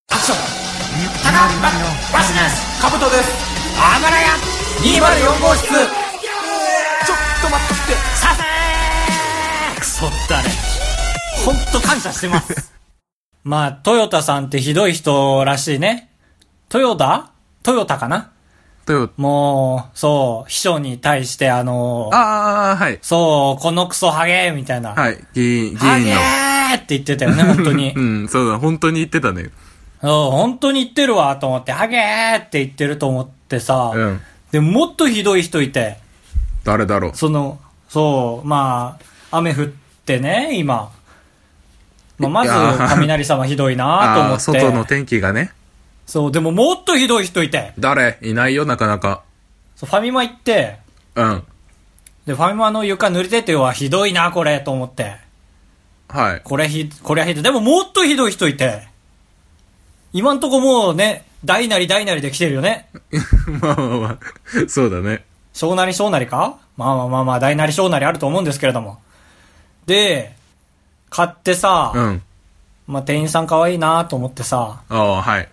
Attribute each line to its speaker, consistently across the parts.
Speaker 1: ョン高橋バシですカブトですあばらや204号室ちょっと待ってサセークソったれほんと感謝してます
Speaker 2: まあ、トヨタさんってひどい人らしいね。トヨタトヨタかな
Speaker 3: という、
Speaker 2: もう、そう、秘書に対してあの
Speaker 3: ああ、はい。
Speaker 2: そう、このクソハゲーみたいな。
Speaker 3: はい。議員、議
Speaker 2: ハゲ
Speaker 3: 員の。
Speaker 2: ーって言ってたよね、本当 に。
Speaker 3: うん、そうだ、本当に言ってたね。
Speaker 2: そう本当に言ってるわ、と思って、ハゲーって言ってると思ってさ、
Speaker 3: うん
Speaker 2: で、もっとひどい人いて、
Speaker 3: 誰だろう。
Speaker 2: その、そう、まあ、雨降ってね、今。まあ、まず
Speaker 3: いやー、
Speaker 2: 雷様ひどいなと思っ
Speaker 3: ああ、
Speaker 2: て。
Speaker 3: 外の天気がね。
Speaker 2: そう、でももっとひどい人いて、
Speaker 3: 誰いないよ、なかなか。
Speaker 2: そうファミマ行って、
Speaker 3: うん。
Speaker 2: で、ファミマの床濡れててはひどいな、これ、と思って。
Speaker 3: はい。
Speaker 2: これひ、これはひどい。でももっとひどい人いて、今んとこもうね、大なり大なりで来てるよね。
Speaker 3: まあまあまあ、そうだね。
Speaker 2: 小なり小なりかまあまあまあまあ、大なり小なりあると思うんですけれども。で、買ってさ、
Speaker 3: うん。
Speaker 2: まあ店員さん可愛いなと思ってさ、
Speaker 3: ああ、はい。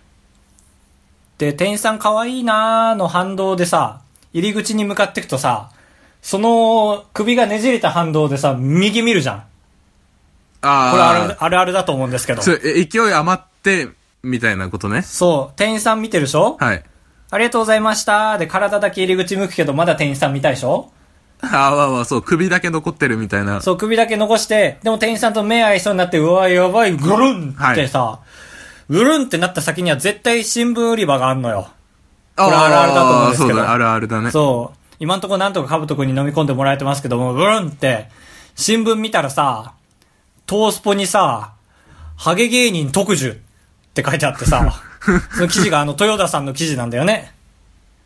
Speaker 2: で、店員さん可愛いなの反動でさ、入り口に向かってくとさ、その首がねじれた反動でさ、右見るじゃん。
Speaker 3: ああ、
Speaker 2: これあるあるあるだと思うんですけど。
Speaker 3: そうえ勢い余って、みたいなことね。
Speaker 2: そう、店員さん見てるでしょ、
Speaker 3: はい。
Speaker 2: ありがとうございました。で、体だけ入り口向くけど、まだ店員さん見たいでしょ
Speaker 3: ああ、わあわあ、そう、首だけ残ってるみたいな。
Speaker 2: そう、首だけ残して、でも店員さんと目合いそうになって、うわ、やばい、ぐるんってさ、ぐるんってなった先には絶対新聞売り場があんのよ。
Speaker 3: あ
Speaker 2: これあるあるだと思うんですけど
Speaker 3: そうだ、あるあるだね。
Speaker 2: そう。今んとこなんとかカブト君に飲み込んでもらえてますけども、ぐるんって、新聞見たらさ、トースポにさ、ハゲ芸人特需って書いてあってさ、 その記事があの、豊田さんの記事なんだよね。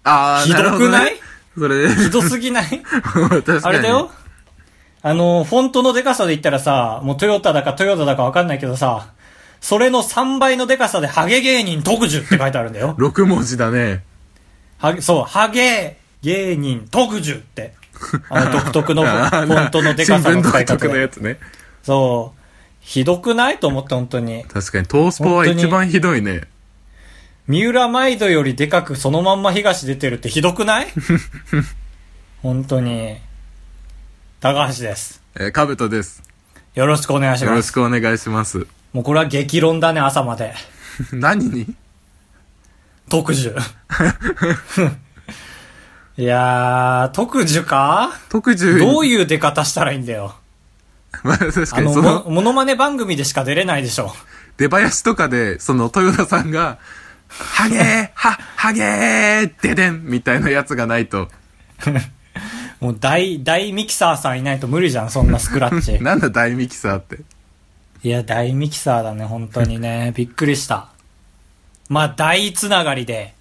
Speaker 3: ああ、
Speaker 2: ひどく
Speaker 3: るほどね
Speaker 2: ない
Speaker 3: それ、
Speaker 2: ひどすぎない
Speaker 3: 確かに。。
Speaker 2: あれだよあの、フォントのデカさで言ったらさ、もうトヨタだかトヨタだかわかんないけどさ、それの3倍のデカさでハゲ芸人特需って書いてあるんだよ
Speaker 3: 6文字だね。
Speaker 2: ハゲ、そう、ハゲ芸人特需って。あの独特のフ
Speaker 3: あーな
Speaker 2: ォントのデカさの使い
Speaker 3: 新聞独
Speaker 2: 方
Speaker 3: 特のや
Speaker 2: で。
Speaker 3: つね。
Speaker 2: そう。ひどくないと思って本当に。
Speaker 3: 確かに、トースポは一番ひどいね。
Speaker 2: 三浦マイドよりでかくそのまんま東出てるってひどく ない本当に。高橋です。
Speaker 3: えー、かぶとです。
Speaker 2: よろしくお願いし
Speaker 3: よ
Speaker 2: ま
Speaker 3: ろ
Speaker 2: す
Speaker 3: し。くお願いし ます。
Speaker 2: もうこれは激論だね、朝まで。
Speaker 3: 何に
Speaker 2: 特需。 いやー、特需か
Speaker 3: 特需。
Speaker 2: どう
Speaker 3: う
Speaker 2: いう出方したらいいんだよ。
Speaker 3: まあ確か
Speaker 2: あ
Speaker 3: に、
Speaker 2: の、
Speaker 3: そ
Speaker 2: も、
Speaker 3: の、
Speaker 2: ものまね番組でしか出れないでしょ。
Speaker 3: 出囃子とかで、その、豊田さん が、ハゲーは、ハゲーででんみたいなやつがないと。
Speaker 2: もう大、大ミキサーさんいないと無理じゃん、そんなスクラッチ。
Speaker 3: なんだ大ミキサーって。
Speaker 2: いや、大ミキサーだね、本当に ね。びっくりした。まあ、大つながりで。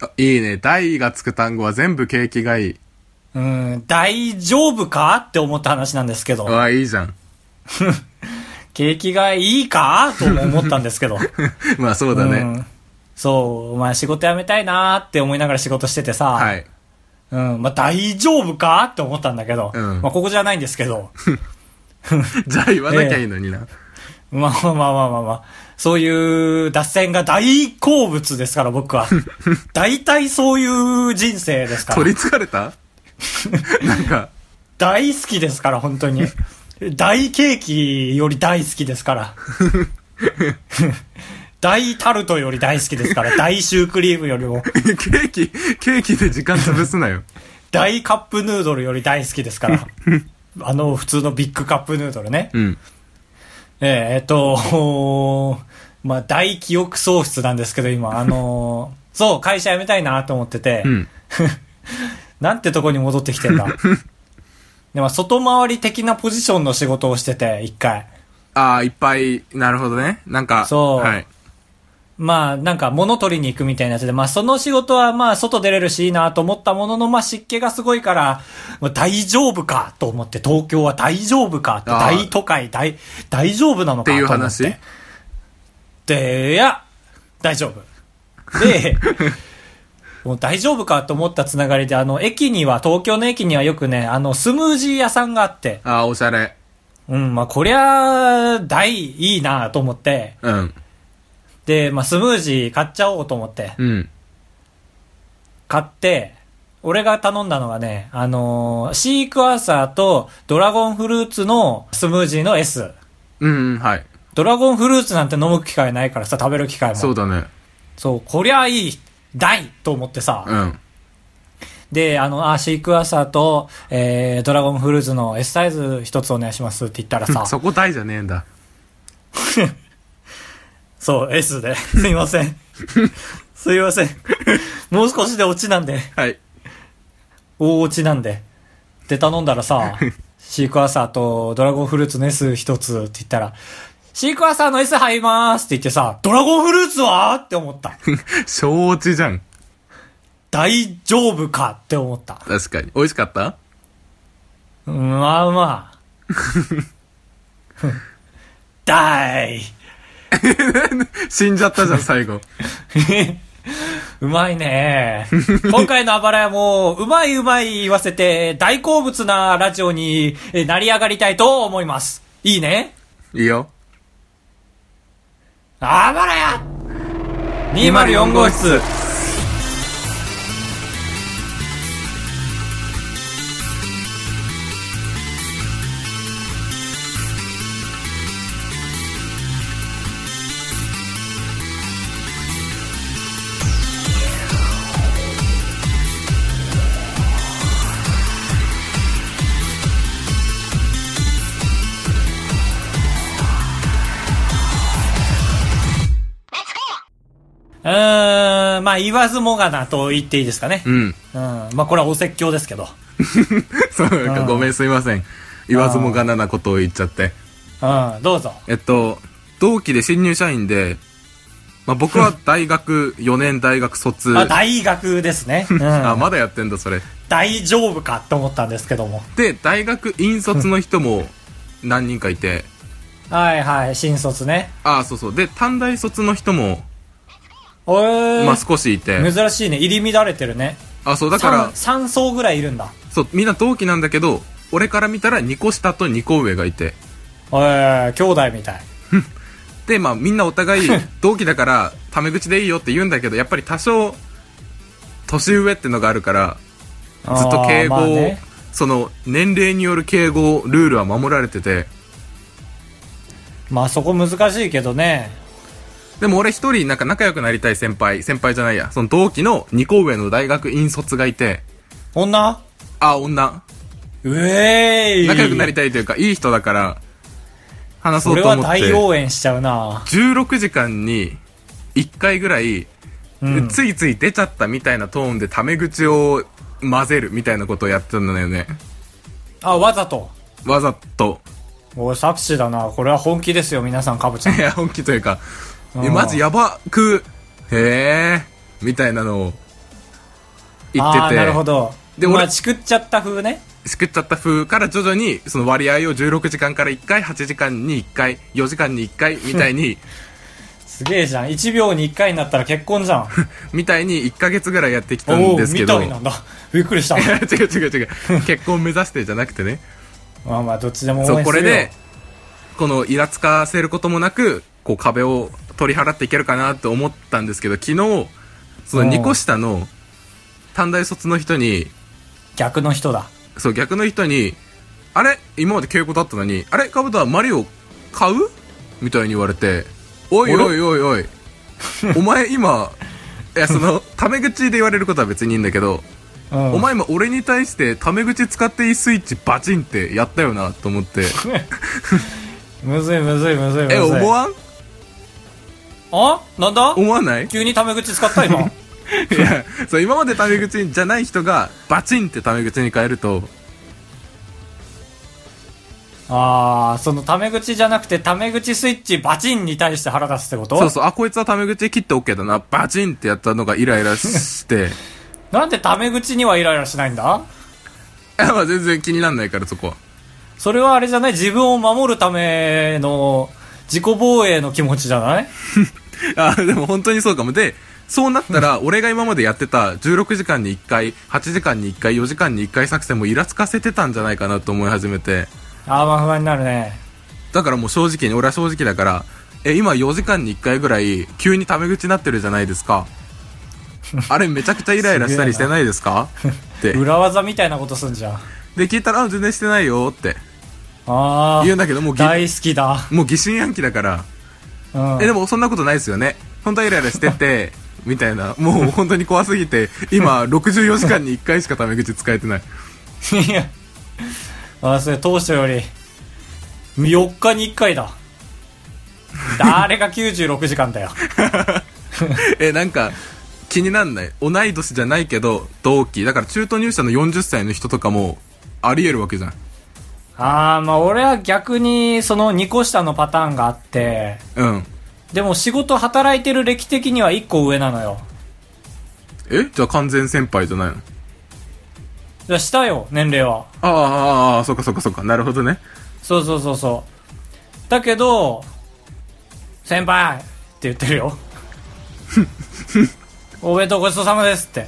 Speaker 3: あいいね。大がつく単語は全部景気がいい。
Speaker 2: うん、大丈夫かって思った話なんですけど。
Speaker 3: ああ、いいじゃん。
Speaker 2: 景気がいいかとも思ったんですけど。
Speaker 3: まあ そうだ
Speaker 2: う
Speaker 3: ね。
Speaker 2: ん、そう、まあ仕事辞めたいなーって思いながら仕事しててさ、
Speaker 3: はい。
Speaker 2: うん、まあ大丈夫かって思ったんだけど、
Speaker 3: うん
Speaker 2: まあここじゃないんですけど、
Speaker 3: じゃあ言わなきゃいいのにな。
Speaker 2: まあまあまあまあまあまあ、そういう脱線が大好物ですから僕 は。大体そういう人生ですから
Speaker 3: 取。り憑かれたなんか、
Speaker 2: 大好きですから、本当に。大ケーキより大好きです から。大タルトより大好きですから、大シュークリームより も、
Speaker 3: ケーキ、ケーキで時間潰すなよ。
Speaker 2: 大カップヌードルより大好きです から。あの、普通のビッグカップヌードルね。
Speaker 3: うん。
Speaker 2: えーえっと、 まあ、大記憶喪失なんですけど、今、あの ーそう、会社辞めたいなと思ってて、
Speaker 3: うん。
Speaker 2: なんてとこに戻ってきてん だ。でも、外回り的なポジションの仕事をしてて、一回。
Speaker 3: ああ、いっぱい、なるほどね。なんか、
Speaker 2: そう
Speaker 3: はい。
Speaker 2: まあ、なんか物取りに行くみたいなやつで、まあ、その仕事はまあ、外出れるしいいなと思ったものの、まあ、湿気がすごいから、まあ、大丈夫かと思って、東京は大丈夫かって、
Speaker 3: あー
Speaker 2: 大都会、大、大丈夫なのかと思って。
Speaker 3: っていう話
Speaker 2: で、いや、大丈夫。 で、もう大丈夫かと思ったつながりで、あの、駅には、東京の駅にはよくね、あの、スムージー屋さんがあって、
Speaker 3: ああ、おしゃれ。
Speaker 2: うん、まあ、こりゃ、大、いいなと思って、
Speaker 3: うん。
Speaker 2: で、まあ、スムージー買っちゃおうと思って、
Speaker 3: うん。
Speaker 2: 買って、俺が頼んだのがね、あのーシークワーサーとドラゴンフルーツのスムージーの S。
Speaker 3: うん、うん、はい。
Speaker 2: ドラゴンフルーツなんて飲む機会ないからさ、食べる機会も。
Speaker 3: そうだね。
Speaker 2: そう、こりゃいい、大と思ってさ、
Speaker 3: うん。
Speaker 2: で、あの、あ、シークワーサーと、えー、ドラゴンフルーツの S サイズ一つお願いしますって言ったらさ、
Speaker 3: そこ大じゃねえんだ。
Speaker 2: そう、S で。 すいません。すいません。 もう少しで落ちなんで、
Speaker 3: はい。
Speaker 2: 大落ちなんで。で、頼んだら さ、シークワーサーとドラゴンフルーツの S 一つって言ったら、シークワーサーの S 入りまーすって言ってさ、ドラゴンフルーツはって思った。
Speaker 3: 承知じゃん。
Speaker 2: 大丈夫かって思った。
Speaker 3: 確かに。美味しかった
Speaker 2: うんまあま あ。だい。
Speaker 3: 死んじゃった じゃん、最後。
Speaker 2: うまいね。今回のあばらやも、うまいうまい言わせて、大好物なラジオにえ成り上がりたいと思います。いいね。
Speaker 3: いいよ。
Speaker 2: あばらや !204 号室。うーん、まあ言わずもがなと言っていいですかね。う。
Speaker 3: うんん。
Speaker 2: まあこれはお説教ですけど。
Speaker 3: そうか、ごめん、すいません。言わずもがななことを言っちゃって。
Speaker 2: うん、どうぞ。
Speaker 3: えっと、同期で新入社員で、まあ、僕は大学4年大学卒。
Speaker 2: あ、大学ですね。うん、
Speaker 3: あ、まだやってんだ、それ。
Speaker 2: 大丈夫かって思ったんですけども。
Speaker 3: で、大学院卒の人も何人かいて、
Speaker 2: はいはい、新卒ね。
Speaker 3: あ、そうそう。で、短大卒の人も、
Speaker 2: おー、
Speaker 3: まあ、少しいて、
Speaker 2: 珍しいね。入り乱れてるね。
Speaker 3: あ、そう、だから
Speaker 2: 3、、三層ぐらいいるんだ。
Speaker 3: そう、みんな同期なんだけど、俺から見たら2個下と2個上がいて、
Speaker 2: えー、兄弟みたい。
Speaker 3: で、まあ、みんなお互 い同期だから、タメ口でいいよって言うんだけど、やっぱり多少、年上ってのがあるから、ずっと敬語
Speaker 2: あーまあ
Speaker 3: を、
Speaker 2: ね
Speaker 3: その、年齢による敬語、ルールは守られてて、
Speaker 2: まあそこ難しいけどね。
Speaker 3: でも俺一人、なんか仲良くなりたい先輩、先輩じゃないや、その同期の2個上の大学院卒がいて、
Speaker 2: 女
Speaker 3: あ、女、
Speaker 2: うえーい。
Speaker 3: 仲良くなりたいというか、いい人だから、話そ
Speaker 2: そうれ
Speaker 3: と
Speaker 2: は
Speaker 3: 思って。
Speaker 2: 大応援しちゃうな。
Speaker 3: 16時間に1回ぐらい、
Speaker 2: うん
Speaker 3: ついつい出ちゃったみたいなトーンでタメ口を混ぜるみたいなことをやってたんだよね。
Speaker 2: あ、わざと。
Speaker 3: わざと。
Speaker 2: おい、作詞だな。これは本気ですよ、皆さん、かぶちゃん
Speaker 3: い。や、本気というか、
Speaker 2: うん
Speaker 3: えマジやばく、へえ、みたいなのを言
Speaker 2: あ
Speaker 3: っ
Speaker 2: あ、なるほ
Speaker 3: て
Speaker 2: ど。
Speaker 3: で
Speaker 2: で、まあ、
Speaker 3: 俺
Speaker 2: チクっちゃった風ね。
Speaker 3: て、しくっちゃった風から徐々にその割合を16時間から1回、8時間に1回、4時間に1回みた いに、
Speaker 2: すげえじゃん。1秒に1回になったら結婚じゃ ん。
Speaker 3: みたいに1ヶ月ぐらいやってきた
Speaker 2: お
Speaker 3: ん
Speaker 2: お
Speaker 3: ですけ
Speaker 2: み
Speaker 3: ど、。
Speaker 2: た いなんだ。びっくりした
Speaker 3: 違う違う違う、結婚目指してじゃなくてね。
Speaker 2: まあまあ、どっちでも応
Speaker 3: そう、
Speaker 2: 援
Speaker 3: こ
Speaker 2: する
Speaker 3: れ
Speaker 2: よ。
Speaker 3: で、このイラつかせることもなく、こう壁を取り払っていけるかなと思ったんですけど、昨日、その2個下の短大卒の人に、
Speaker 2: 逆の人だ。
Speaker 3: そう、逆の人に、あれ今まで敬語だったのに、あれカブトはマリオ買うみたいに言われて、おい
Speaker 2: あれ
Speaker 3: おいおいおい、お前 今、いや、その、タメ口で言われることは別にいいんだけど、
Speaker 2: うん。
Speaker 3: お前今俺に対してタメ口使っていいスイッチバチンってやったよなと思って、
Speaker 2: むずいむずいむずいむずい。
Speaker 3: え、思わん
Speaker 2: あなんだ
Speaker 3: 思わない
Speaker 2: 急にタメ口使った今。
Speaker 3: いやそう今までタメ口じゃない人がバチンってタメ口に変えると
Speaker 2: ああ、そのタメ口じゃなくて、タメ口スイッチバチンに対して腹立つってこと
Speaker 3: そうそうあこいつはタメ口切って OK だなバチンってやったのがイライラして い
Speaker 2: なんでタメ口にはイライラしないんだ
Speaker 3: やまあ全然気になんないからそこは
Speaker 2: それはあれじゃない自分を守るための自己防衛の気持ちじゃない
Speaker 3: あでも本当にそうかもでそうなったら俺が今までやってた16時間に1回8時間に1回4時間に1回作戦もイラつかせてたんじゃないかなと思い始めて
Speaker 2: ああ、まあ不安になるね。
Speaker 3: だからもう正直に俺は正直だからえ、今4時間に1回ぐらい、急にタメ口になってるじゃないです か。あれめちゃくちゃイライラしたりしてないですか って。
Speaker 2: 裏技みたいなことすんじゃん。
Speaker 3: で、聞いたら、あ全然してないよって
Speaker 2: あ
Speaker 3: 言うん
Speaker 2: あ、
Speaker 3: だけど、もうぎ、
Speaker 2: 大好きだ。
Speaker 3: もう疑心暗鬼だから、
Speaker 2: うん。
Speaker 3: え、でもそんなことないですよね。本当はイライラしてて、 みたいな。もう本当に怖すぎて、今64時間に1回しかタメ口使え てない。
Speaker 2: いや、あ、それ当初より、4日に1回だ。誰が96時間だよ。
Speaker 3: え、なんか、気になんない。同い年じゃないけど、同期。だから中途入社の40歳の人とかも、あり得るわけじゃん。
Speaker 2: ああ、まあ俺は逆に、その2個下のパターンがあって、
Speaker 3: うん。
Speaker 2: でも仕事働いてる歴的には1個上なのよ。
Speaker 3: えじゃあ完全先輩じゃないの
Speaker 2: じゃあ下よ、年齢は。
Speaker 3: ああ、ああああ、そっかそっかそっか。なるほどね。
Speaker 2: そうそうそうそう。だけど、先輩って言ってる よ。お弁当ごちそうさまですって。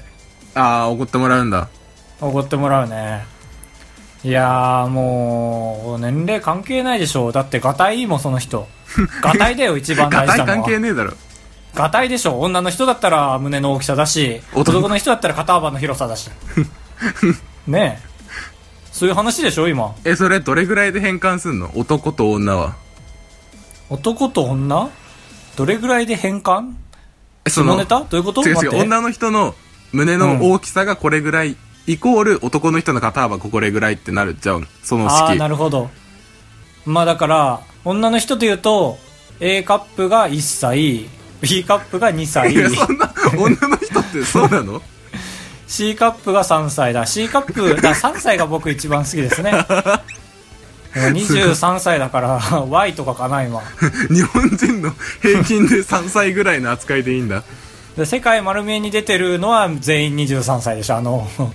Speaker 3: ああ、怒ってもらうんだ。
Speaker 2: おごってもらうね。いやーもう、年齢関係ないでしょ。だって、ガタイいいもん、その 人。ガタイだよ、一番大
Speaker 3: ガタ
Speaker 2: 事
Speaker 3: イ
Speaker 2: なの
Speaker 3: 関
Speaker 2: は。
Speaker 3: 係ねえだろ。
Speaker 2: ガタイでしょ。女の人だったら胸の大きさだし、
Speaker 3: 男
Speaker 2: 男の人だったら肩幅の広さだ し。ねえ。そういう話でしょ、今。
Speaker 3: え、それどれぐらいで変換すんの男と女は。
Speaker 2: 男と女どれぐらいで変換
Speaker 3: え、
Speaker 2: そのネタどういうこと
Speaker 3: 違う違
Speaker 2: 待っ
Speaker 3: う、
Speaker 2: て
Speaker 3: 女の人の胸の大きさがこれぐらい、イコール男の人の肩幅これぐらいってなるじゃん。その
Speaker 2: ああ、
Speaker 3: 式
Speaker 2: な。るほど。まあだから、女の人というと、A カップが1歳、B カップが2歳
Speaker 3: い、や、そんな、女の人ってそうなの
Speaker 2: C カップが3歳だ。C カップ、だ3歳が僕一番好きです ね。23歳だから、Y とかかな、今。
Speaker 3: 日本人の平均で3歳ぐらいの扱いでいいんだ。
Speaker 2: で世界丸見えに出てるのは全員23歳でしょ。あの、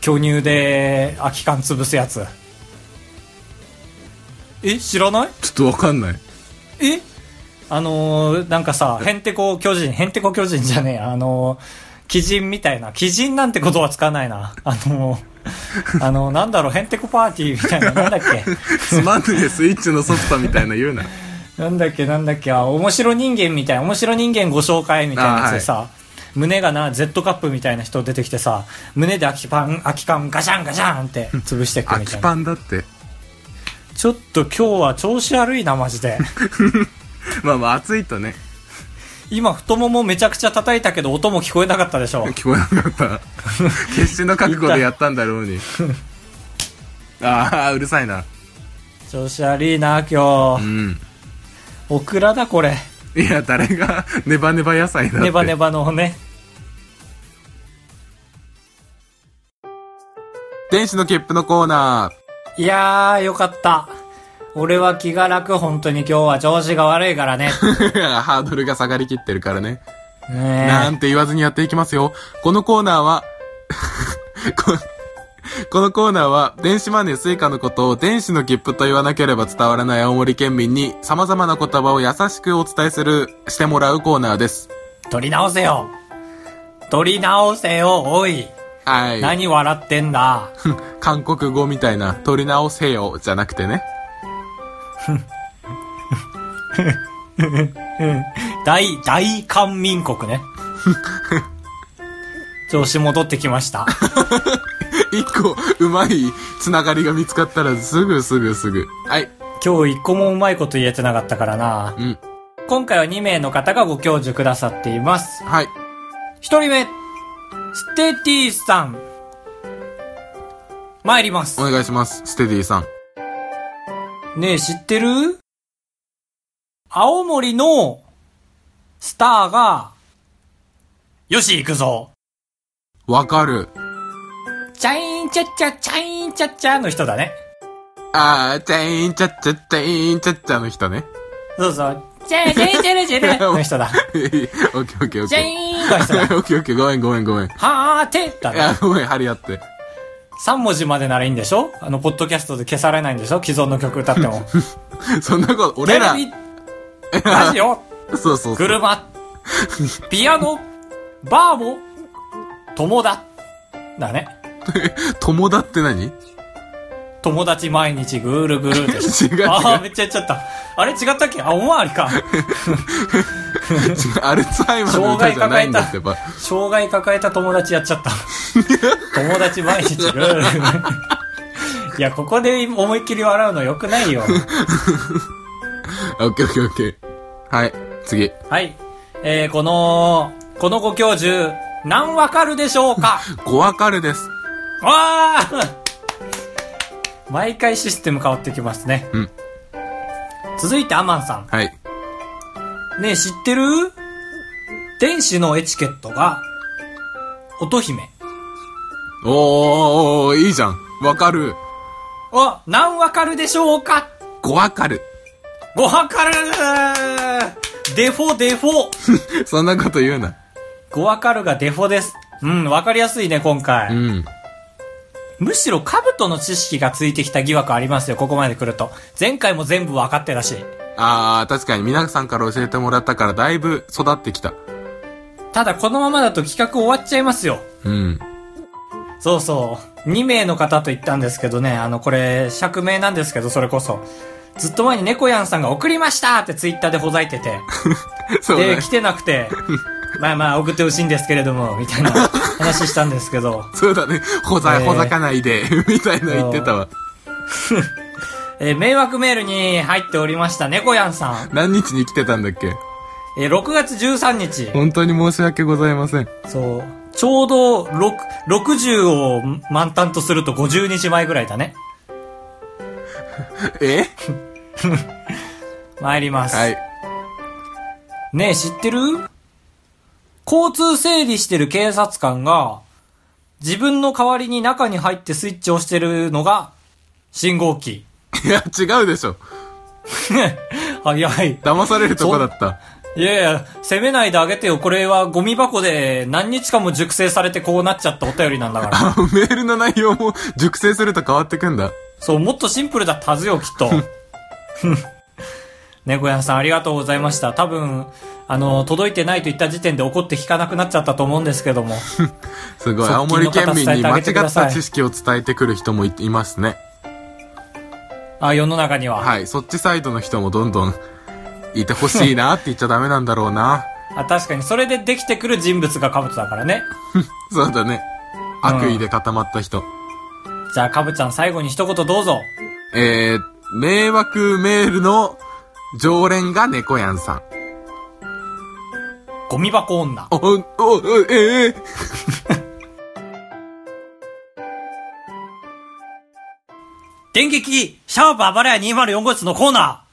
Speaker 2: 巨乳で空き缶潰すやつ。え知らない
Speaker 3: ちょっとわか んない。
Speaker 2: えあのーなんかさ、ヘンテコ巨人、ヘンテコ巨人じゃねえや、あのー、鬼人みたいな、鬼人なんてことはつかないな。あのーあのーなんだろう、ヘンテコパーティーみたいな、なんだっけ、
Speaker 3: つまんねえスイッチのソフトみたいな 言うな。
Speaker 2: なんだっけ、なんだっけ、あ、面白人間みたいな、面白人間ご紹介みたいなやつでさ、胸がな、Z カップみたいな人出てきてさ、胸で空きパン、空き缶ガシャンガシャンって潰してく
Speaker 3: 空
Speaker 2: みた
Speaker 3: き
Speaker 2: いな。
Speaker 3: パンだって。
Speaker 2: ちょっと今日は調子悪いな、マジ で。
Speaker 3: まあまあ暑いとね、
Speaker 2: 今、太ももめちゃくちゃ叩いたけど、音も聞こえなかったでしょ。
Speaker 3: 聞こえなかった。決死の覚悟でやったんだろうに。ああ、うるさいな。
Speaker 2: 調子悪いな今
Speaker 3: う
Speaker 2: 日
Speaker 3: ん。
Speaker 2: オクラだこれ
Speaker 3: いや、誰がネバネバ野菜だって。
Speaker 2: ネバネバのね
Speaker 3: 天使の切符のコーナー。
Speaker 2: いやーよかった俺は気が楽本当に今日は調子が悪いから ね
Speaker 3: ハードルが下がりきってるからね。な
Speaker 2: ね
Speaker 3: んて言わずにやっていきますよ。このコーナーは、 ここのコーナーは、電子マネースイカのことを電子の切符と言わなければ伝わらない青森県民に様々な言葉を優しくお伝えする、してもらうコーナーです。
Speaker 2: え取り直せよ取り直せよおい
Speaker 3: はい。
Speaker 2: 何笑ってんだ
Speaker 3: 韓国語みたいな、取り直せよ、じゃなくてね。
Speaker 2: 大大韓民国ね調子戻ってきました
Speaker 3: 一個、うまいつながりが見つかったら、すぐすぐすぐ。はい。
Speaker 2: 今日一個もうまいこと言えてなかったからな
Speaker 3: うん。
Speaker 2: 今回は2名の方がご教授くださっています
Speaker 3: はい。
Speaker 2: 一人目、ステティさん。参ります
Speaker 3: お。願いします、ステディさん。
Speaker 2: ねえ、知ってる青森のスターが、よし、行くぞ。
Speaker 3: わかる。
Speaker 2: チャインチャッチャ、チャインチャッチャの人だね。
Speaker 3: あー、チャインチャッチャッチャインチャッチャの人ね。
Speaker 2: そうそう。チャイチャイチャイチャ イの人だ。
Speaker 3: オッケーオッケーオッ
Speaker 2: チ
Speaker 3: ケ
Speaker 2: ャ
Speaker 3: ー。
Speaker 2: インの人
Speaker 3: オ
Speaker 2: だ。
Speaker 3: ッケーオッケー、ごめんごめんごめん。い
Speaker 2: はーてだね。
Speaker 3: や、ごめん、張り合って。
Speaker 2: 3文字までならいいんでしょあの、ポッドキャストで消されないんでしょ既存の曲歌 っても。
Speaker 3: そんなこと、
Speaker 2: テ
Speaker 3: 俺
Speaker 2: レ
Speaker 3: ら、
Speaker 2: ビ、ラジ オ、
Speaker 3: そうそうそう。
Speaker 2: 車、ピアノ、バーも、友だ。だね。
Speaker 3: 友だって何
Speaker 2: 友達毎日ぐーるぐるでし
Speaker 3: 違う違う
Speaker 2: ああ、めっちゃやっちゃった。あれ違ったっけあ、おまわりか。
Speaker 3: アルツハイマーの
Speaker 2: 障
Speaker 3: 歌
Speaker 2: 害
Speaker 3: じゃな
Speaker 2: 抱
Speaker 3: い
Speaker 2: え
Speaker 3: んだ
Speaker 2: た
Speaker 3: ってば。、
Speaker 2: 障害抱えた友達やっち ゃった。友達毎日ルール。いや、ここで思いっきり笑うのよくないよ。
Speaker 3: オッケーオッケーオッケー。はい、次。
Speaker 2: はい。えー、この、このご教授、何わかるでしょうか
Speaker 3: ごわかるです。
Speaker 2: わあ毎回システム変わってきますね。
Speaker 3: うん
Speaker 2: 続いてアマンさん。
Speaker 3: はい。
Speaker 2: ねえ、知ってる天使のエチケットが、乙姫。
Speaker 3: おーおーおーいいじゃん。わかる。
Speaker 2: あ、何わかるでしょうか
Speaker 3: ごわかる。
Speaker 2: ごわかるデフォデフォ
Speaker 3: そんなこと言うな。
Speaker 2: ごわかるがデフォです。うん、わかりやすいね、今
Speaker 3: う
Speaker 2: 回。
Speaker 3: ん。
Speaker 2: むしろ兜の知識がついてきた疑惑ありますよ、ここまで来ると。前回も全部わかってたし。
Speaker 3: あー、確かに皆さんから教えてもらったからだいぶ育ってきた。
Speaker 2: ただ、このままだと企画終わっちゃいますよ。
Speaker 3: うん。
Speaker 2: そうそう。2名の方と言ったんですけどね、あの、これ、釈明なんですけど、それこそ。ずっと前に猫やんさんが送りましたってツイッターでほざいてて。
Speaker 3: そう
Speaker 2: で、
Speaker 3: ね
Speaker 2: 来。てなく て、まあまあ送ってほしいんですけれども、みたいな話したんですけど、
Speaker 3: そうだね。ほざ、
Speaker 2: えー
Speaker 3: ほざかないで、 みたいな言ってたわ。
Speaker 2: えー迷惑メールに入っておりました、猫やんさん。
Speaker 3: 何日に来てたんだっけ
Speaker 2: えー6月13日。
Speaker 3: 本当に申し訳ございません。
Speaker 2: そう。ちょうど、6、60を満タンとすると50日前ぐらいだね。
Speaker 3: え
Speaker 2: 参ります。
Speaker 3: はい。
Speaker 2: ねえ、知ってる交通整理してる警察官が、自分の代わりに中に入ってスイッチを押してるのが、信号機。
Speaker 3: いや、違うでしょ。
Speaker 2: 早い。
Speaker 3: 騙されるとこだった。
Speaker 2: いやいや、責めないであげてよ。これはゴミ箱で何日間も熟成されてこうなっちゃったお便りなんだから。
Speaker 3: あメールの内容も 熟成すると変わってくんだ。
Speaker 2: そう、もっとシンプルだったはずよ、きっと。 猫屋さんありがとうございました。多分、あの、届いてないと言った時点で怒って聞かなくなっちゃったと思うんですけども。
Speaker 3: すごい。
Speaker 2: 側近
Speaker 3: 青森
Speaker 2: の方
Speaker 3: 県民に間違
Speaker 2: 伝えてあげてく
Speaker 3: っ
Speaker 2: ださい
Speaker 3: た知識を伝えてくる人もいいますね。
Speaker 2: あ、世の中には。
Speaker 3: はい。そっちサイドの人もどんどんいてほしいなって言っちゃダメなんだろうな。
Speaker 2: あ、確かに、それでできてくる人物がカブトだからね。
Speaker 3: そうだね。悪意で固まった人。
Speaker 2: じゃあ、カブちゃん最後に一言どうぞ。
Speaker 3: えー、迷惑メールの常連が猫やんさん。
Speaker 2: ゴミ箱女。
Speaker 3: お、お、おええ
Speaker 2: 電撃シャープあばらや204号室のコーナー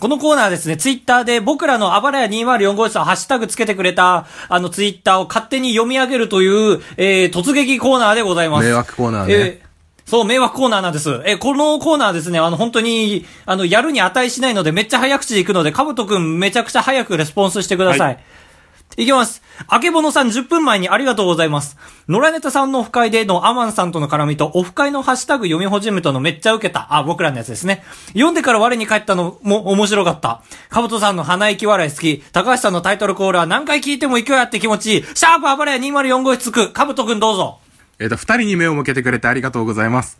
Speaker 2: このコーナーはですね、ツイッターで僕らのあばらや204号室をハッシュタグつけてくれた、あのツイッターを勝手に読み上げるという、えー、突撃コーナーでございます。
Speaker 3: 迷惑コーナーね
Speaker 2: えーそう、迷惑コーナーなんです。えー、このコーナーですね、あの、本当に、あの、やるに値しないので、めっちゃ早口で行くので、かぶとくんめちゃくちゃ早くレスポンスしてください。
Speaker 3: はい
Speaker 2: いきます。あけぼのさん10分前にありがとうございます。野良ネタさんのオフ会でのアマンさんとの絡みと、オフ会のハッシュタグ読み始めたのめっちゃ受けた。あ、僕らのやつですね。読んでから我に返ったのも面白かった。かぶとさんの鼻息笑い好き。高橋さんのタイトルコールは何回聞いても勢いあって気持ちいい。シャープあばれや204号室つく。かぶとくんどうぞ。
Speaker 3: えっと、二人に目を向けてくれてありがとうございます。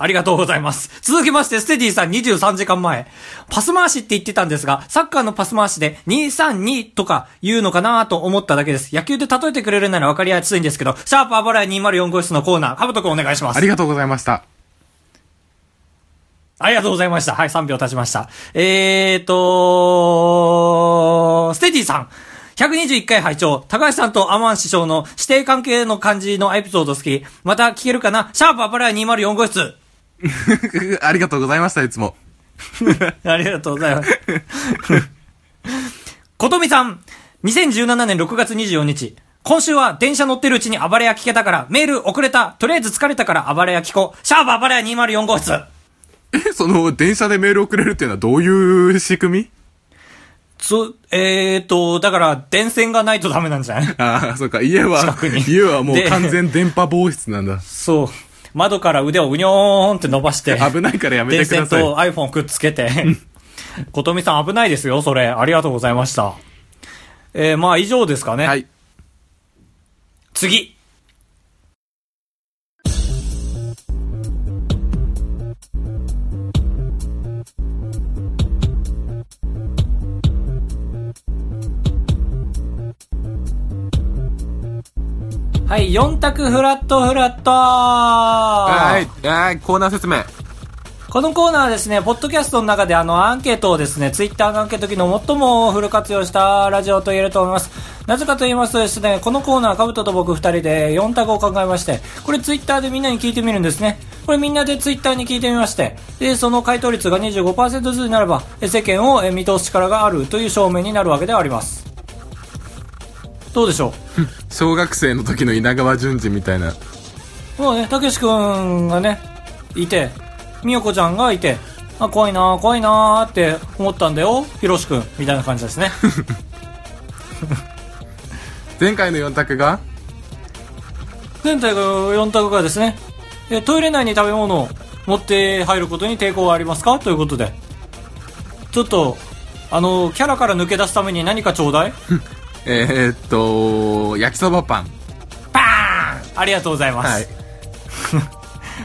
Speaker 2: ありがとうございます。続きまして、ステディさん23時間前。パス回しって言ってたんですが、サッカーのパス回しで232とか言うのかなと思っただけです。野球で例えてくれるなら分かりやすいんですけど、シャープあばらや204号室のコーナー、かぶとくんお願いします。
Speaker 3: ありがとうございました。
Speaker 2: ありがとうございました。はい、3秒経ちました。えーと、ステディさん。121回拝聴高橋さんとアマン師匠の指定関係の感じのエピソード好き。また聞けるかなシャープアパラヤ204号室。
Speaker 3: ありがとうございました、いつも。
Speaker 2: ありがとうございます。 ことみさん、2017年6月24日。今週は電車乗ってるうちに暴れや聞けたから、メール遅れた。とりあえず疲れたから暴れや聞こう。シャープ暴れや204号室。
Speaker 3: え、その、電車でメール送れるっていうのはどういう仕組み
Speaker 2: そ、えーと、だから、電線がないとダメなんじゃない
Speaker 3: ああ、そうか、家は
Speaker 2: 近くに、
Speaker 3: 家はもう
Speaker 2: で
Speaker 3: 完全電波防止なんだ。
Speaker 2: そう。窓から腕をうにょーんって伸ばして、
Speaker 3: 危ないからやめて
Speaker 2: 電
Speaker 3: くだ
Speaker 2: 線
Speaker 3: さい。
Speaker 2: と iPhone をくっつけて。ことみさん危ないですよ、それ。ありがとうございました。えー、まあ以上ですかね。
Speaker 3: はい。
Speaker 2: 次。はい、4択フラットフラットは
Speaker 3: はい。はい。コーナー説明。
Speaker 2: このコーナーはですね、ポッドキャストの中であのアンケートをですね、ツイッターのアンケート機能を最もフル活用したラジオと言えると思います。なぜかと言いますとですね、このコーナー、カブトと僕二人で4択を考えまして、これツイッターでみんなに聞いてみるんですね。これみんなでツイッターに聞いてみまして、で、その回答率が25%ずつになれば、え世間をえ見通す力があるという証明になるわけではあります。どうでしょう
Speaker 3: 小学生の時の稲川淳二みたいな。
Speaker 2: もうね、たけし君がね、いて、みよこちゃんがいて、あ、怖いなー怖いなーって思ったんだよ、ひろし君、みたいな感じですね。
Speaker 3: 前回の4択が
Speaker 2: 前回の4択がですね、えトイレ内に食べ物を持って入ることに抵抗はありますかということで、ちょっと、あの、キャラから抜け出すために何かちょうだい
Speaker 3: えー、っと、焼きそばパン。
Speaker 2: バーンありがとうございます。
Speaker 3: はい。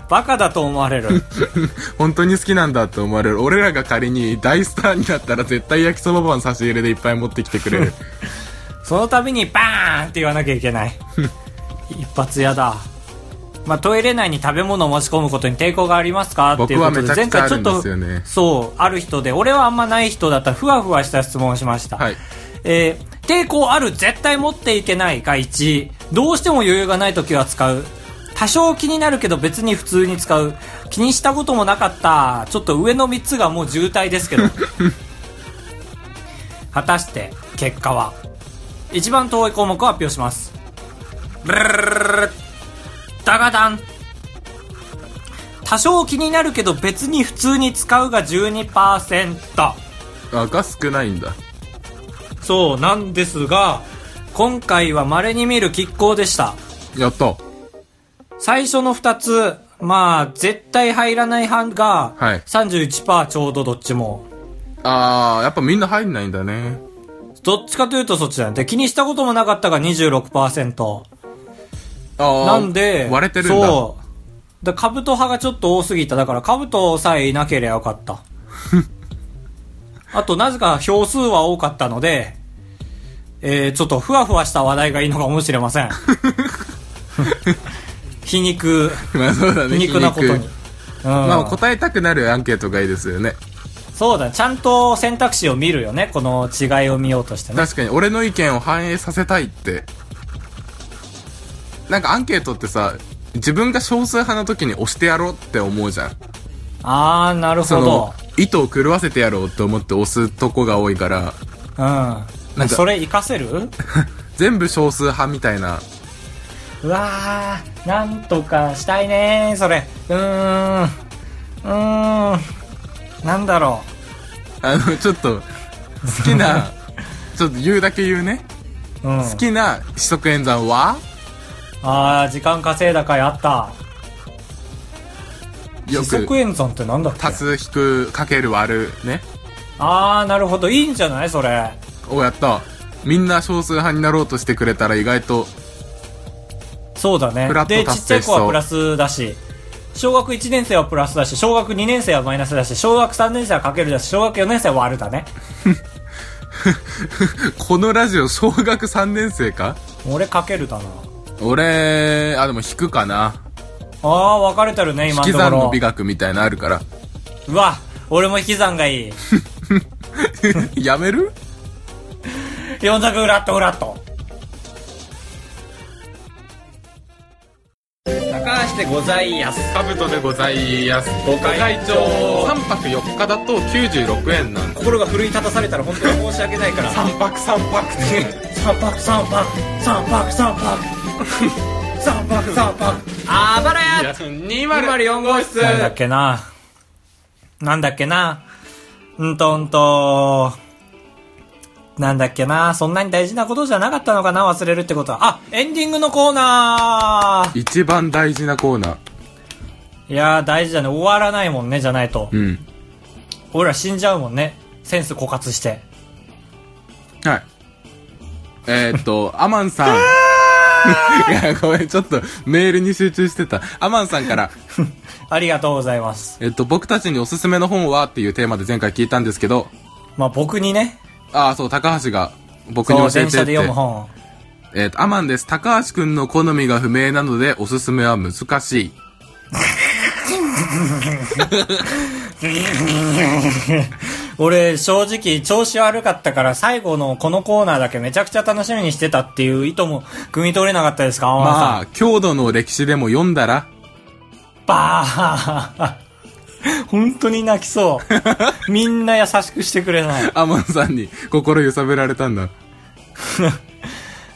Speaker 2: バカだと思われる。
Speaker 3: 本当に好きなんだと思われる。俺らが仮に大スターになったら絶対焼きそばパン差し入れでいっぱい持ってきてくれる。
Speaker 2: その度にバーンって言わなきゃいけ ない。一発やだ。まあ、トイレ内に食べ物を持ち込むことに抵抗がありますかっていうこと
Speaker 3: 僕はめちゃくちゃ
Speaker 2: 前回ちょっ
Speaker 3: あるん
Speaker 2: と
Speaker 3: ですよね
Speaker 2: そう、ある人で、俺はあんまない人だったふわふわした質問をしました。
Speaker 3: はい
Speaker 2: えー抵抗ある、絶対持っていけないが1、どうしても余裕がない時は使う。多少気になるけど別に普通に使う。気にしたこともなかった。ちょっと上の3つがもう渋滞ですけど。果たして、結果は一番遠い項目を発表します。ブルルルルルルダガダン多少気になるけど別に普通に使うが12%
Speaker 3: あ、が少ないんだ。
Speaker 2: そうなんですが今回は稀に見る拮抗でした
Speaker 3: やった。
Speaker 2: 最初の2つまあ絶対入らない班が
Speaker 3: はい
Speaker 2: 31%ちょうどどっちも、
Speaker 3: あー、やっぱみんな入んないんだね。
Speaker 2: どっちかというとそっちなんで気にしたこともなかったが26%
Speaker 3: あー
Speaker 2: なんで、
Speaker 3: 割れてるんだ。
Speaker 2: そう。だカブト派がちょっと多すぎた。だから、カブトさえいなければよかった。 あと、なぜか票数は多かったので、えー、ちょっとふわふわした話題がいいのかもしれま せん。皮 肉、
Speaker 3: まあそうだね。
Speaker 2: 皮肉なことに。うん、
Speaker 3: まあ答えたくなるアンケートがいいですよね。
Speaker 2: そうだ、ちゃんと選択肢を見るよね。この違いを見ようとしてね。
Speaker 3: 確かに俺の意見を反映させたいって。なんかアンケートってさ、自分が少数派の時に押してやろうって思うじゃん。
Speaker 2: あー、なる
Speaker 3: そ
Speaker 2: ほ
Speaker 3: の
Speaker 2: ど。、
Speaker 3: 意図を狂わせてやろうと思って押すとこが多いから、
Speaker 2: うん。
Speaker 3: なんか
Speaker 2: それ活かせる
Speaker 3: 全部少数派みたいな。
Speaker 2: うわーなんとかしたいねーそれうーんうーんなんだろ
Speaker 3: あの、ちょっと、好きな、 ちょっと言うだけ言うね。
Speaker 2: う、うん、
Speaker 3: 好きな四則演算は
Speaker 2: あー時間稼いだ回あった
Speaker 3: よ
Speaker 2: 四則
Speaker 3: く、
Speaker 2: 演算ってなんだっけ
Speaker 3: 足す、引く、かける、割る、ね。
Speaker 2: ああなるほどいいんじゃないそれ
Speaker 3: お、やった。みんな少数派になろうとしてくれたら意外と、
Speaker 2: そうだね
Speaker 3: フラット
Speaker 2: でち
Speaker 3: 達成
Speaker 2: っちゃい子は
Speaker 3: そう
Speaker 2: プラスだし小学1年生はプラスだし小学2年生はマイナスだし小学3年生はかけるだし小学4年生は割るだね
Speaker 3: このラジオ小学3年生か
Speaker 2: 俺かけるだな
Speaker 3: 俺、あ、でも引くかな。
Speaker 2: あー分かれてるね
Speaker 3: 引
Speaker 2: 今
Speaker 3: き
Speaker 2: のとこ
Speaker 3: 算の
Speaker 2: ろ
Speaker 3: 美学みたいなのあるから。
Speaker 2: うわ俺も引き算がいい
Speaker 3: やめる
Speaker 2: 四択フラットフラット高橋でございやす
Speaker 3: カブトでございます。ご
Speaker 2: 会長
Speaker 3: 3泊4日だと96円なんで。
Speaker 2: 心が奮い立たされたら本当に申し訳ないから
Speaker 3: 3泊3泊って。
Speaker 2: 三泊三泊三泊三泊 三泊三泊あばらや
Speaker 3: 204号室
Speaker 2: なんだっけななんだっけなうんとうんとなんだっけなそんなに大事なことじゃなかったのかな忘れるってことはあエンディングのコーナー
Speaker 3: 一番大事なコーナー。
Speaker 2: いやー大事だね終わらないもんねじゃないと
Speaker 3: うん。
Speaker 2: 俺ら死んじゃうもんねセンス枯渇して
Speaker 3: はい。えー、っと、アマンさん。 いや、ごめん、ちょっとメールに集中してた。アマンさんから、
Speaker 2: ありがとうございます
Speaker 3: えっと、僕たちにおすすめの本はっていうテーマで前回聞いたんですけど、
Speaker 2: まあ僕にね
Speaker 3: ああ、そう、高橋が僕に
Speaker 2: そう
Speaker 3: 教え
Speaker 2: 電
Speaker 3: てって。
Speaker 2: 車で読む本
Speaker 3: えっ、と、アマンです。高橋くんの好みが不明なので、おすすめは難しい。
Speaker 2: 俺、正直、調子悪かったから、最後のこのコーナーだけめちゃくちゃ楽しみにしてたっていう意図も、汲み取れなかったですか天野さん。
Speaker 3: まあ、郷土の歴史でも読んだら、
Speaker 2: バー本当に泣きそう。みんな優しくしてくれない。
Speaker 3: アマンさんに心揺さぶられたんだ。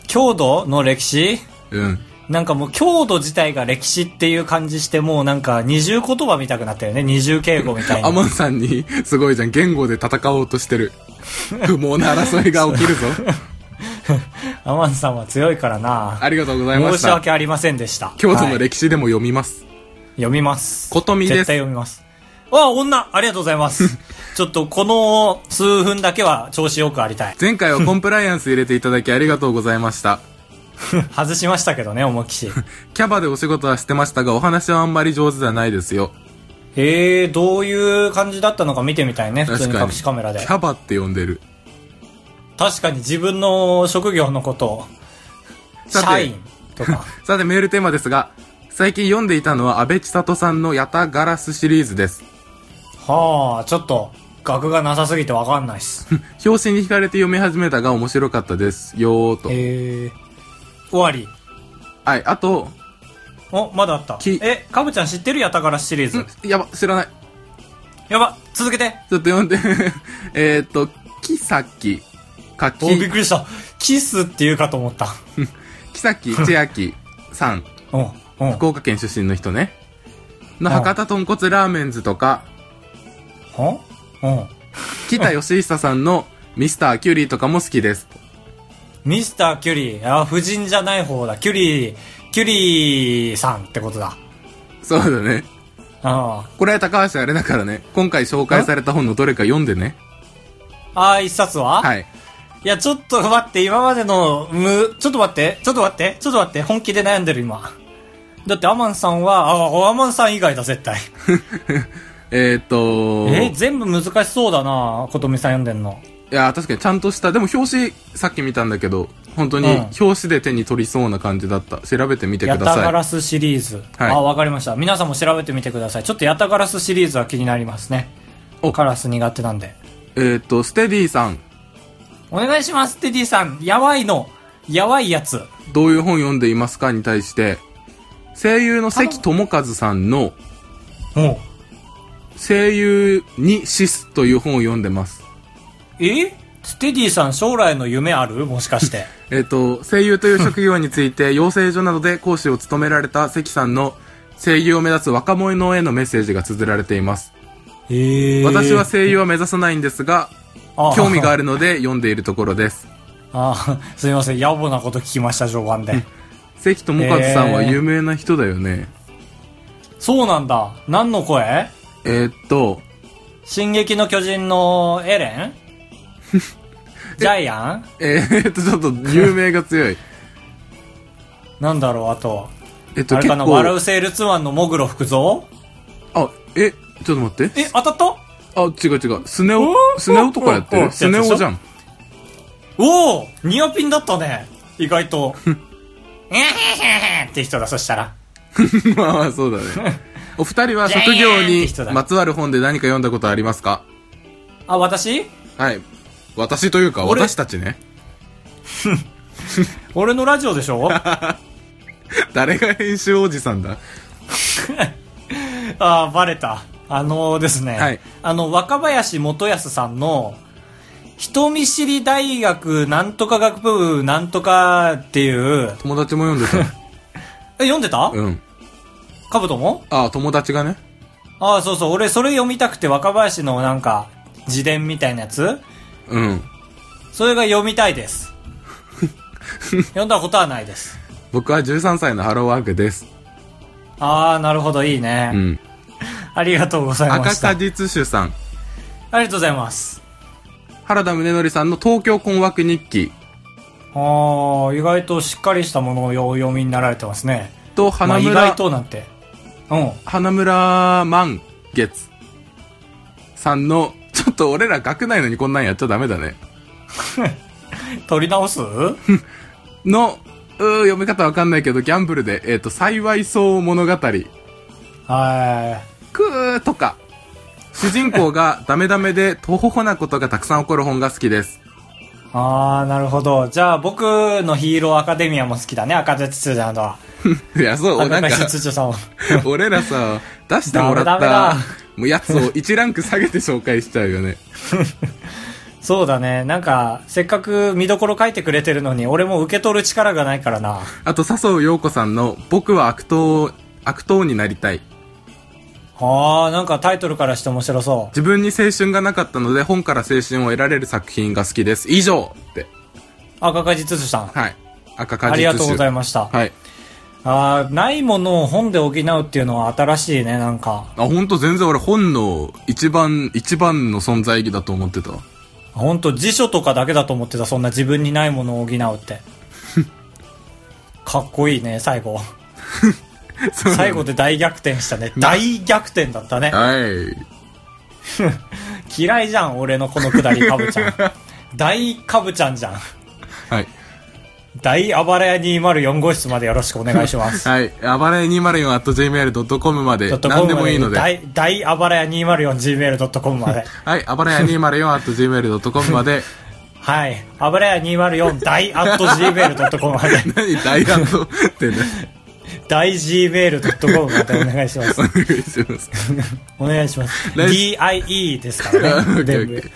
Speaker 2: 郷土の歴史
Speaker 3: うん。
Speaker 2: なんかもう郷土自体が歴史っていう感じして、もうなんか二重言葉見たくなったよね。二重敬語みたい
Speaker 3: ア
Speaker 2: な。
Speaker 3: マンさんに、すごいじゃん、言語で戦おうとしてる。不毛な争いが起き るぞ。
Speaker 2: アマンさんは強いからな。
Speaker 3: ありがとうございま
Speaker 2: 申
Speaker 3: し。
Speaker 2: した訳ありませんでした。
Speaker 3: 京都の
Speaker 2: はい
Speaker 3: 歴史でも読みます。
Speaker 2: 読みます。
Speaker 3: ことみです
Speaker 2: 絶対読みます。あ、女ありがとうござい ます。ちょっとこの数分だけは調子よくありたい。
Speaker 3: 前回はコンプライアンス入れていただきありがとうございました。
Speaker 2: 外しましたけどね、思いっきし。
Speaker 3: キャバでお仕事はしてましたが、お話はあんまり上手じゃないですよ。
Speaker 2: へえ、どういう感じだったのか見てみたいね、普通に
Speaker 3: 確か
Speaker 2: 隠
Speaker 3: に。
Speaker 2: しカメラで
Speaker 3: キ。ャバって呼んでる。
Speaker 2: 確かに自分の職業のことを、
Speaker 3: さて
Speaker 2: 社員とか。
Speaker 3: さてメールテーマですが、最近読んでいたのは安倍千里さんのヤタガラスシリーズです。
Speaker 2: はあ、ちょっと、額がなさすぎてわかんないっす。
Speaker 3: 表紙に惹かれて読み始めたが面白かったですよーと。
Speaker 2: へえ、終わり。
Speaker 3: はい、あと、
Speaker 2: お、まだあった
Speaker 3: き。
Speaker 2: え、かぶちゃん知ってるやたからシリーズ。
Speaker 3: んやば、知らない。
Speaker 2: やば、続けて。
Speaker 3: ちょっと読んで。 えーっと、キサキ、カキ
Speaker 2: お、、びっくりした。キスって言うかと思った。
Speaker 3: キサ キ千秋さん、
Speaker 2: うん、うん。
Speaker 3: 福岡県出身の人ね。の
Speaker 2: うん
Speaker 3: 博多豚骨ラーメンズ とか、
Speaker 2: はうん。
Speaker 3: 北義久さんのミスターキュリーとかも好きです。
Speaker 2: ミスター・キュリー。あ、夫人じゃない方だ。キュリー、キュリーさんってことだ。
Speaker 3: そうだね。
Speaker 2: あ
Speaker 3: これは高橋あれだからね、今回紹介された本のどれか読んでね。
Speaker 2: あー、一冊は
Speaker 3: はい。
Speaker 2: いや、ちょっと待って、今までの、む、ちょっと待って、ちょっと待って、ちょっと待って、本気で悩んでる今。だってアマンさんは、あ、アマンさん以外だ、絶対。
Speaker 3: えー、っと、
Speaker 2: え、
Speaker 3: い
Speaker 2: 全部難しそうだなことみさん読んでんの。
Speaker 3: や、確かにちゃんとした、でも表紙さっき見たんだけど、本当に
Speaker 2: うん
Speaker 3: 表紙で手に取りそうな感じだった。調べてみて
Speaker 2: ヤ
Speaker 3: くだ
Speaker 2: タガ
Speaker 3: さ
Speaker 2: ラスシリーズ。
Speaker 3: はい
Speaker 2: あ、わかりました。皆さんも調べてみてください。ちょっとヤタガラスシリーズは気になりますね。
Speaker 3: お
Speaker 2: カラス苦手なんで。
Speaker 3: い。えー、っと、ステディさん、
Speaker 2: お願いします、テディさん。やばいの。やばいやつ。
Speaker 3: どういう本読んでいますかに対して、声優の関智和さんの、
Speaker 2: おう
Speaker 3: 声優に死すという本を読んでます。
Speaker 2: えステディさん将来の夢あるもしか して。
Speaker 3: えっ、と、声優という職業につ いて、養成所などで講師を務められた関さんの声優を目指す若者へのメッセージが綴られています。
Speaker 2: ええ
Speaker 3: 私は声優は目指さないんですが、興味があるので読んでいるところです。
Speaker 2: ああ、すいません。野暮なこと聞きました、序盤で。
Speaker 3: 関智和さんは有名な人だよね。
Speaker 2: そうなんだ。何の声
Speaker 3: えっ、と、
Speaker 2: 進撃の巨人のエレ ンジャイアン
Speaker 3: えーっと、ちょっと有名が強い。
Speaker 2: なんだろう、あと。
Speaker 3: えっと、
Speaker 2: あれ
Speaker 3: 結
Speaker 2: かな、笑
Speaker 3: 構
Speaker 2: う、セールツマンのモグロ福蔵
Speaker 3: あ、え、ちょっと待って。
Speaker 2: え、当たった
Speaker 3: あ、違う違う。スネ
Speaker 2: お
Speaker 3: 夫、
Speaker 2: ー
Speaker 3: スネ夫とかやって
Speaker 2: おーお
Speaker 3: る
Speaker 2: ー
Speaker 3: スネ夫じゃん。
Speaker 2: おおニアピンだったね。意外と。 えへへへって人だ、そしたら。
Speaker 3: まあまあ、そうだね。お二人は職業にまつわる本で何か読んだことありますか
Speaker 2: あ、私
Speaker 3: はい。私というか、
Speaker 2: 俺
Speaker 3: 私たちね。
Speaker 2: 俺のラジオでし ょあ
Speaker 3: 誰が編集おじさんだ
Speaker 2: あ、バレた。あのーですね。
Speaker 3: はい
Speaker 2: あの、若林元康さんの、人見知り大学なんとか学部なんとかっていう、
Speaker 3: 友達も読んで
Speaker 2: え、読んでた
Speaker 3: た。うん。
Speaker 2: かぶとも
Speaker 3: ああ、友達がね。
Speaker 2: ああ、そうそう。俺、それ読みたくて若林のなんか、自伝みたいなやつ
Speaker 3: うん。
Speaker 2: それが読みたい です。読んだことはないです。
Speaker 3: 僕は13歳のハローワークです。
Speaker 2: ああ、なるほど、いいね。
Speaker 3: うん。
Speaker 2: ありがとうございま
Speaker 3: 赤
Speaker 2: した。あ
Speaker 3: 果
Speaker 2: り
Speaker 3: 実酒さん。
Speaker 2: がとうございます。
Speaker 3: 原田宗則さんの東京困惑日記
Speaker 2: ああ、意外としっかりしたものをよお読みになられてますね。
Speaker 3: と
Speaker 2: まあ、
Speaker 3: 花
Speaker 2: 意
Speaker 3: 村、
Speaker 2: 外となんて。うん。
Speaker 3: 花村満月さんの、ちょっと俺ら学 内のにこんなんやっちゃダメだね。
Speaker 2: 取り直す
Speaker 3: のうー、読み方わかんないけど、ギャンブルで、えっ、と、幸いそう物語。
Speaker 2: は
Speaker 3: くーとか。主人公がダメダメで、とほほなことがたくさん起こる本が好きです。
Speaker 2: い。ああ、なるほど。じゃあ、僕のヒーローアカデミアも好きだね、赤田秩序さんとは。
Speaker 3: いや、そう、
Speaker 2: 赤
Speaker 3: なん
Speaker 2: 田
Speaker 3: か、
Speaker 2: 秩序さんも。
Speaker 3: 俺らさ、出してもらっ
Speaker 2: ダメ
Speaker 3: た
Speaker 2: だ、
Speaker 3: もうやつを1ランク下げて紹介しちゃうよね。
Speaker 2: そうだね。なんか、せっかく見どころ書いてくれてるのに、俺も受け取る力がないからな。
Speaker 3: あと、笹生陽子さんの、僕は悪党、悪党になりたい。
Speaker 2: ああ、なんかタイトルからして面白そ
Speaker 3: 自分に青春がなかったので、本から青春を得られる作品が好きです。以上って。
Speaker 2: う。赤梶つつさん。
Speaker 3: はい。赤か
Speaker 2: あ
Speaker 3: じ
Speaker 2: りがとうござい
Speaker 3: ま
Speaker 2: ました。
Speaker 3: はい。
Speaker 2: ああ、ないものを本で補うっていうのは新しいね、なんか。
Speaker 3: あ、ほんと全然俺本の一番、一番の存在意義だと思ってた。
Speaker 2: ほんと辞書とかだけだと思ってた、そんな自分にないものを補うって。 かっこいいね、最 後。最後で大逆転したね。大逆転だったね。
Speaker 3: はい。
Speaker 2: 嫌いじゃん、俺のこのくだり、かぶち ゃん。大かぶちゃんじゃん。
Speaker 3: はい。
Speaker 2: 大あばらや204号室までよろしくお願いします。
Speaker 3: はい。暴れ 204.gmail.com まで
Speaker 2: ちょっと
Speaker 3: 何でもいいので。はい。
Speaker 2: 大、大あばらや 204gmail.com まで。
Speaker 3: 暴れ 204.gmail.com ま で。
Speaker 2: はい。あばらや204大 at gmail.com ま で。
Speaker 3: 何大乱闘ってね。
Speaker 2: 大 gmail.com までお願いしま
Speaker 3: お
Speaker 2: す。
Speaker 3: 願いします。
Speaker 2: お願いします。
Speaker 3: 来
Speaker 2: DIE ですから ね。全部。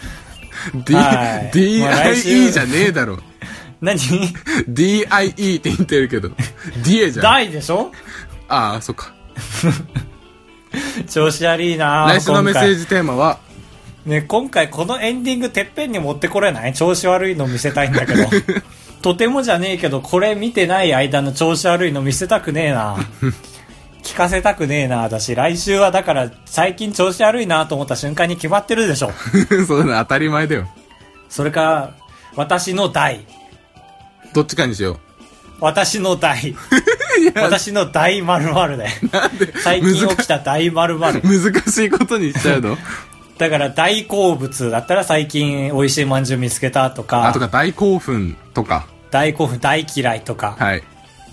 Speaker 3: D、
Speaker 2: はい
Speaker 3: DIE
Speaker 2: もう来週
Speaker 3: じゃねえだろ。
Speaker 2: 何
Speaker 3: DIE って言ってるけど。DA じゃん。
Speaker 2: 大でしょ
Speaker 3: ああ、そっか。
Speaker 2: 調子悪いな
Speaker 3: 来週のメッセー
Speaker 2: ジ。
Speaker 3: ジテーマは、
Speaker 2: ね、今回このエンディングてっぺんに持ってこれない調子悪いの見せたいんだ けど。とてもじゃねえけど、これ見てない間の調子悪いの見せたくねえな聞かせたくねえな私、来週はだから最近調子悪いなと思った瞬間に決まってるでしょ。
Speaker 3: そうだ、当たり前だよ。
Speaker 2: それか、私の大。
Speaker 3: どっちかにしよ
Speaker 2: 私の 大。私の大〇〇で。最近起きた大〇〇
Speaker 3: う。。難しいことにしちゃうの
Speaker 2: だから大好物だったら最近美味しいまんじゅう見つけたとか、
Speaker 3: あとか大興奮とか。
Speaker 2: 大興奮、大嫌いとか、
Speaker 3: はい。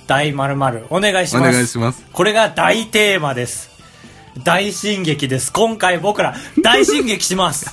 Speaker 2: 大〇〇。お願いし
Speaker 3: お
Speaker 2: ます。
Speaker 3: 願いします。
Speaker 2: これが大テーマです。大進撃です。今回僕ら大進撃します。